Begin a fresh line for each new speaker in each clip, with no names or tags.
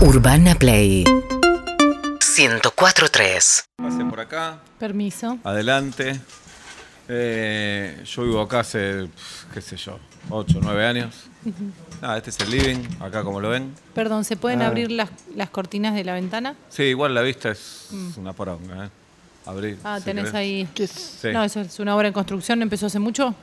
Urbana Play 104.3
Pase por acá,
Permiso.
adelante. Eh, yo vivo acá hace, pf, qué sé yo, 8, 9 años. Nada, este es el living, acá como lo ven.
Perdón, ¿se pueden
Ah.
abrir las, las cortinas de la ventana?
Sí, igual la vista es una poronga, ¿eh? Abrir.
Mm. Ah, tenés ahí.
Sí,
No, eso es una obra en construcción, empezó hace mucho.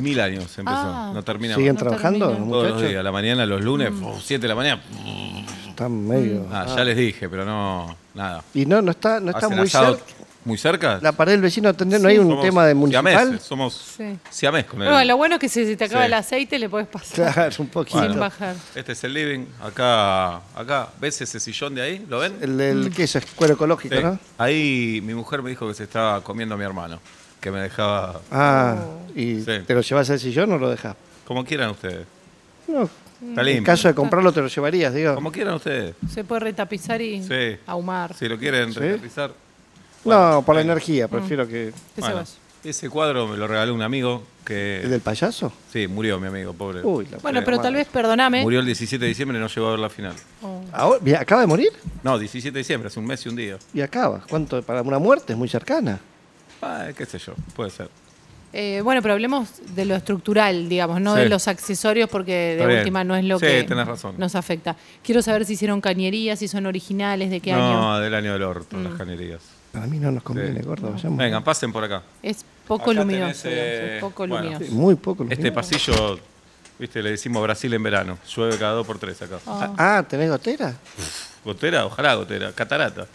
mil años empezó,
Ah. Mm.
no termina
¿Siguen
más.
No
trabajando los
terminan.
Todos los
muchachos?
días, a la mañana, los lunes, 7 de la mañana. pf,
Están medio.
nada, ya les dije, pero no, nada.
Y Ah. no, no está, no está
Hacen
muy
asado
cerca.
¿Muy cerca?
La pared del vecino atender, no hay un
Somos
tema de municipal.
siameses, somos
Sí.
siamés con él.
Bueno, Ah, lo bueno es que si se te acaba
Sí.
el aceite le podés pasar
Claro, un poquito.
sin bajar.
Este es el living. Acá, acá, ¿ves ese sillón de ahí? ¿Lo ven?
El del queso es cuero ecológico,
Sí.
¿no?
Ahí mi mujer me dijo que se estaba comiendo a mi hermano, que me dejaba
Ah, ¿y
Sí.
te lo llevas al sillón o lo dejas?
como quieran ustedes.
No,
Está
en
limpio.
caso de comprarlo te lo llevarías, digo.
Como quieran ustedes.
Se puede retapizar y
Sí.
ahumar.
Si lo quieren retapizar.
No, por la
ahí.
energía, prefiero que...
Que se
Bueno,
vaya.
ese cuadro me lo regaló un amigo que
¿El del payaso?
sí, murió mi amigo, pobre.
Uy, la
Bueno,
puta
pero
madre.
tal vez perdoname.
Murió el 17 de diciembre y no llegó a ver la final.
Oh.
Ahora- mira, acaba de morir
No, 17 de diciembre, hace un mes y un día.
y acaba. ¿Cuánto? Para una muerte es muy cercana.
Ah, qué sé yo, puede ser.
Eh, bueno, pero hablemos de lo estructural, digamos, no
Sí.
de los accesorios, porque de
Está bien.
última no es lo
Sí,
que
tenés razón.
nos afecta. Quiero saber si hicieron cañerías, si son originales, de qué
no,
año. Mm.
del año del orto, las canerías.
Para mí no nos conviene,
Sí.
gordo. vayamos.
Vengan, pasen por acá.
Es poco
Acá
luminoso.
tenés,
digamos,
eh,
es poco
bueno.
luminoso.
Sí, Muy poco. los
Este
minutos.
pasillo, viste, le decimos Brasil en verano. Llueve cada dos por tres acá.
Ah, ¿tenés gotera?
Gotera, ojalá gotera, catarata.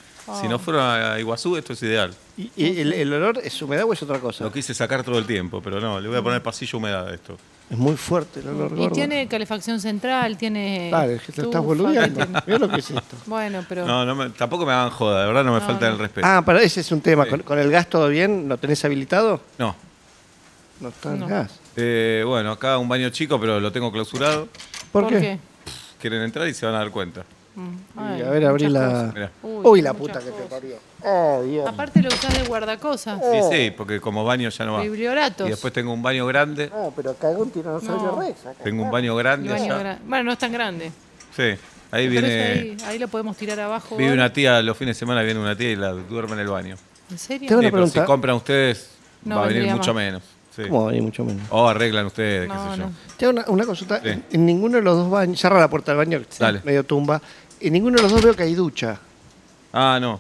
Si no fuera a Iguazú, esto es ideal.
¿Y, y el, el olor es humedad o es otra cosa?
Lo quise sacar todo el tiempo, pero no, le voy a poner pasillo humedad a esto.
Es muy fuerte el olor
Y
gordo.
tiene calefacción central, tiene.
Dale, que te
estufa,
estás boludeando.
tiene-
Mira lo que es esto.
Bueno, pero.
No, no me- tampoco me hagan joda, de verdad no me falta el respeto.
Ah, pero ese es un tema. ¿Con, con el gas todo bien? ¿Lo tenés habilitado?
No.
No está el
No.
gas.
Eh, bueno, acá un baño chico, pero lo tengo clausurado.
¿Por, qué?
Quieren entrar y se van a dar cuenta.
Mm,
Y
ay,
a ver, abrí
muchas
la.
cosas.
Mirá.
Uy,
Uy,
la
muchas
puta que te
cosas.
parió. Oh, Dios.
Aparte lo usás de guardacosas.
Sí, sí, porque como baño ya no va.
Oh. Biblioratos.
Y después tengo un baño grande.
No, pero cagó un tiranosaurio
No.
rex. acá.
Tengo un baño
El
grande
baño
ya.
gran- Bueno, no es tan grande.
Sí, ahí
Pero
viene.
es ahí, ahí lo podemos tirar abajo.
Vive
ahora.
una tía, los fines de semana viene una tía y la duerme en el baño.
¿En serio?
Tengo
Sí,
una
pero si
pregunta.
compran ustedes,
No
va a venir
vendría
mucho
más.
menos. Sí.
¿Cómo? Ni mucho menos.
O arreglan ustedes, qué
No,
sé yo.
no.
Tengo una, una consulta.
Sí.
En, en ninguno de los dos baños. Cerra la puerta del baño, que está
Dale.
medio tumba. En ninguno de los dos veo que hay ducha.
Ah, no.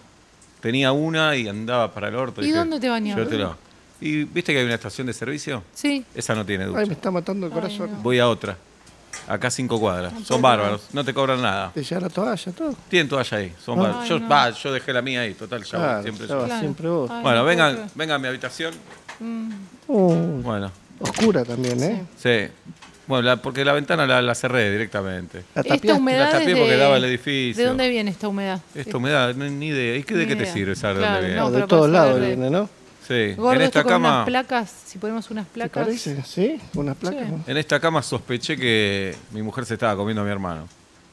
Tenía una y andaba para el orto.
¿Y
dije,
dónde te bañabas?
llévatelo. ¿Y viste que hay una estación de servicio?
Sí.
Esa no tiene ducha.
Ay, me está matando el corazón.
Voy a otra. Acá cinco cuadras. Son bárbaros. No te cobran nada.
Te lleva la toalla, todo.
Tienen toalla ahí. Son bárbaros. yo, va, yo dejé la mía ahí. Total, ya voy,
Claro,
siempre
ya
yo.
va,
Claro.
siempre vos.
Ay,
Bueno,
no
vengan,
puedo
vengan a mi habitación.
Oh,
Bueno,
oscura también, ¿eh?
sí. Bueno, la- porque la ventana la, la cerré directamente.
La
creer. Esta
tapiaste.
humedad.
La tapé
es
porque
de-
daba el edificio.
¿De dónde viene esta humedad?
Esta humedad, no, ni idea. ¿Y qué, de
Ni
qué te
idea.
sirve saber
Claro,
dónde viene?
No,
No,
de
pero
todos
para
lados
saber de-
viene, ¿no?
Sí,
Gordo,
en
esto
esta
con unas
cama,
placas, si ponemos unas
¿Te
placas.
parece? ¿Sí? ¿Unas placas?
Sí.
en esta cama sospeché que mi mujer se estaba comiendo a mi hermano.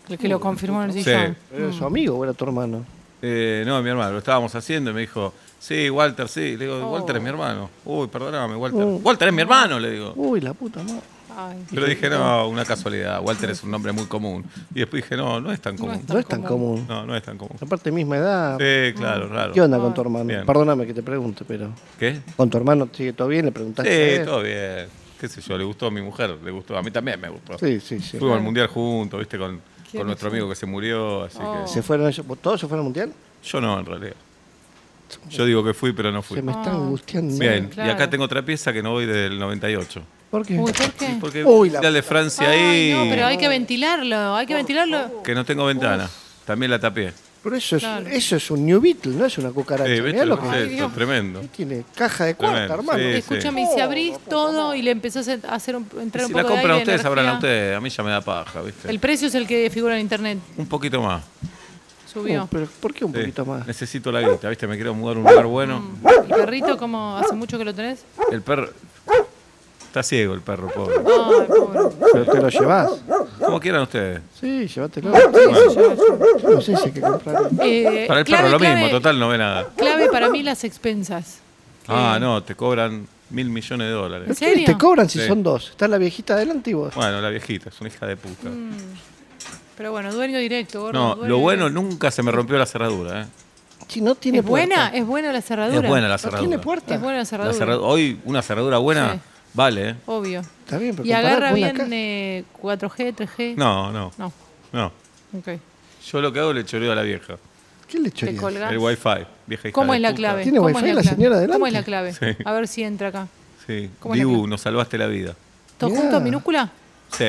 El que lo confirmó en el
Sí.
sillón.
¿Era
mm.
su amigo o era tu hermano?
Eh, no, mi hermano, lo estábamos haciendo y me dijo, sí, Walter, sí. Le digo, Walter es mi hermano. Uy, perdóname, Walter. Walter es mi hermano, le digo.
Uy, la puta madre.
Ay,
Pero dije, no, una casualidad. Walter es un nombre muy común. Y después dije, no, no es tan común.
No es tan común.
No, no es tan común.
Aparte, misma edad.
Sí, claro, raro.
¿Qué onda con tu
Ah.
hermano?
Bien.
Perdóname que te pregunte, pero.
¿Qué?
¿Con tu hermano sigue todo bien? ¿Le preguntaste? a
Sí,
él?
todo bien. Qué sé yo, le gustó a mi mujer, le gustó. A mí también me gustó.
Sí, sí, sí.
Fuimos al mundial juntos, viste, con,
Qué Oh.
con nuestro amigo que se murió, así que.
¿Se fueron ellos? ¿Todos se fueron al mundial?
Yo no, en realidad. Yo digo que fui, pero no fui.
Se
Ah.
me está angustiando.
Bien,
claro.
y acá tengo otra pieza que no voy del 98.
¿Por qué?
Uy, ¿por qué?
Porque
Uy, la
ya de Francia
Ay,
ahí,
no, pero hay que ventilarlo, hay que ventilarlo.
que no tengo ventana. También la tapé.
Pero eso es, eso es un New Beetle, no es una
Sí,
cucaracha. Mirá
¿viste
lo
lo
que
que es esto? Tremendo.
¿Qué tiene caja de cuarta,
Tremendo,
hermano.
sí.
Escúchame, y si abrís todo y le empezás a hacer un, entrar
Si
un poco
la compran
de aire,
ustedes, sabrán
energía.
ustedes. A mí ya me da paja,
El
¿viste?
precio es el que figura en internet.
Un poquito más.
Subió.
Uh, pero ¿Por qué un
Sí.
poquito más?
Necesito la guita, ¿viste? Me quiero mudar a un lugar bueno.
¿El perrito cómo hace mucho que lo tenés?
El perro. Está ciego el perro, pobre.
Ay, pobre.
Pero te lo llevas.
Como quieran ustedes.
Sí, llévatelo.
Bueno,
No sé si hay que comprar.
Eh,
para el
clave,
perro lo
clave-
mismo, total, no ve nada.
Clave para mí las expensas.
Ah, no, te cobran mil millones de
¿En
dólares.
serio?
Te cobran si
Sí.
son dos. Está la viejita adelante y vos.
Mm,
Bueno, la viejita, es una hija de puta.
Pero bueno, dueño directo, gordo,
No,
dueño
lo bueno,
directo.
nunca se me rompió la cerradura. ¿eh?
Sí, no tiene
¿Es buena?
puerta.
¿Es buena la cerradura?
Es buena la
No
cerradura.
tiene puerta.
Es buena la cerradura.
La cerradura- Hoy una cerradura buena
Sí.
vale. ¿eh?
Obvio.
Está bien,
¿Y
pero comparado
agarra
con una
bien
caja.
eh, 4G, 3G?
No, no,
No,
no.
ok.
Yo lo que hago le choreo a la vieja.
¿Qué le
Te
chorías?
colgás.
El wifi, vieja hija
¿Cómo
de
es la
puta.
clave?
¿Tiene
¿Cómo
wifi
es
la señora adelante?
¿Cómo es la clave?
Sí.
A ver si entra acá.
Sí.
¿Cómo es la
Dibu,
clave?
nos salvaste la vida.
¿Todo
Mirá.
junto, minúscula?
Sí.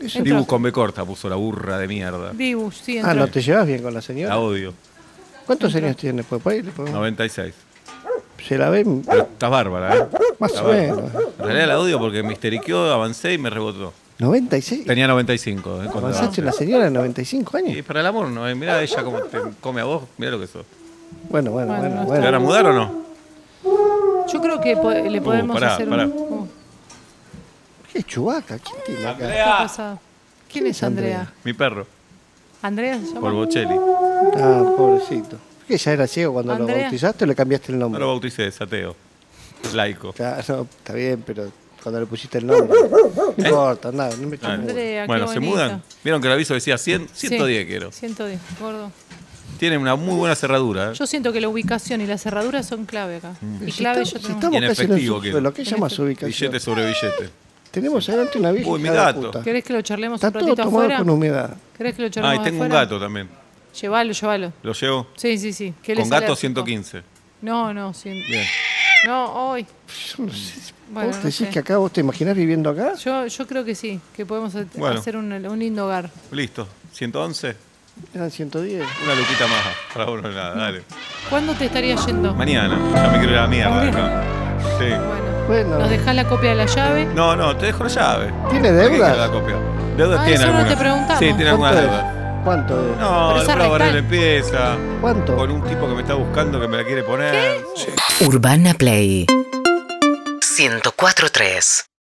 Eso-
Entra.
Dibu con B corta puso la burra de mierda.
Dibu, sí, entra.
Ah, no te llevas bien con la
La
señora.
odio.
¿Cuántos años tiene? Pues, por ahí le podemos-
96.
Se la ve
Pero estás bárbara, ¿eh?
más
Está
o menos.
bárbara. En realidad la odio porque me histeriqueó, avancé y me rebotó.
96.
Tenía 95. ¿eh? Cuando
Avanzaste
avancé.
la señora de 95
Y
años.
para el amor, ¿no? Mira ella como te come a vos, mira lo que sos.
Bueno, bueno,
Bueno,
bueno,
no
¿Te van a
bueno.
mudar o no?
Yo creo que po- le podemos
pará,
hacer
pará.
un... Uh,
¿Qué chubaca? ¿Quién tiene acá?
¿Qué ha pasado? ¿Quién es Andrea?
Mi perro,
¿Andrea se llama?
Polvocelli.
Ah, pobrecito. Que ya era ciego cuando lo
Andrea.
bautizaste o le cambiaste el
No
nombre.
lo bauticé, es ateo. Laico.
Claro, no, está bien, pero cuando le pusiste el nombre. No importa, nada, no me
Ah,
chupes.
Andrea, qué
bueno, ¿se
bonito.
mudan? ¿Vieron que el aviso decía 100? 110
Sí,
quiero.
110, gordo.
Tienen una muy buena cerradura. ¿eh?
Yo siento que la ubicación y la cerradura son clave acá.
Mm.
Y
Si
clave
estamos-
yo
si
tengo...
estamos
Y en
casi en el
efectivo,
subsuelo, ¿qué
¿qué?
llama su ubicación?
Billete sobre billete.
Tenemos adelante una vieja
Uy, mi
hija de
gato.
puta.
¿Querés que lo charlemos
Está
un
todo
ratito
tomado
afuera?
con humedad.
¿Querés que lo
Ah,
charlemos
y tengo un
afuera?
gato también.
Llévalo, llévalo.
Lo llevo.
Sí, sí, sí. ¿Qué le
Con
sale
gato
al chico?
115.
No, no, cien-
Bien.
No, hoy.
Yo no sé si-
Mm. Bueno,
¿Vos
no
decís
sé.
que acá vos te imaginás viviendo acá?
Yo, yo creo que sí, que podemos ha-
Bueno.
hacer un, un lindo hogar.
Listo. 111.
Eran 110.
Una luquita más. Para uno nada. Dale.
¿Cuándo te estarías yendo?
Mañana. Ya me quiero ir a la mierda. de acá. Sí.
Bueno.
Bueno,
¿Nos dejás la copia de la llave?
No, no. Te dejo la llave.
¿tiene
¿Para qué quiero La
deudas?
copia. Deudas
Ah,
tiene
eso no te
algunas.
preguntamos.
Sí, tiene algunas
¿Cuánto
deudas.
es? ¿Cuánto es?
No,
Pero esa
el
restal.
le empieza.
¿Cuánto?
Con un tipo que me está buscando que me la quiere poner. Sí.
Urbana Play 104.3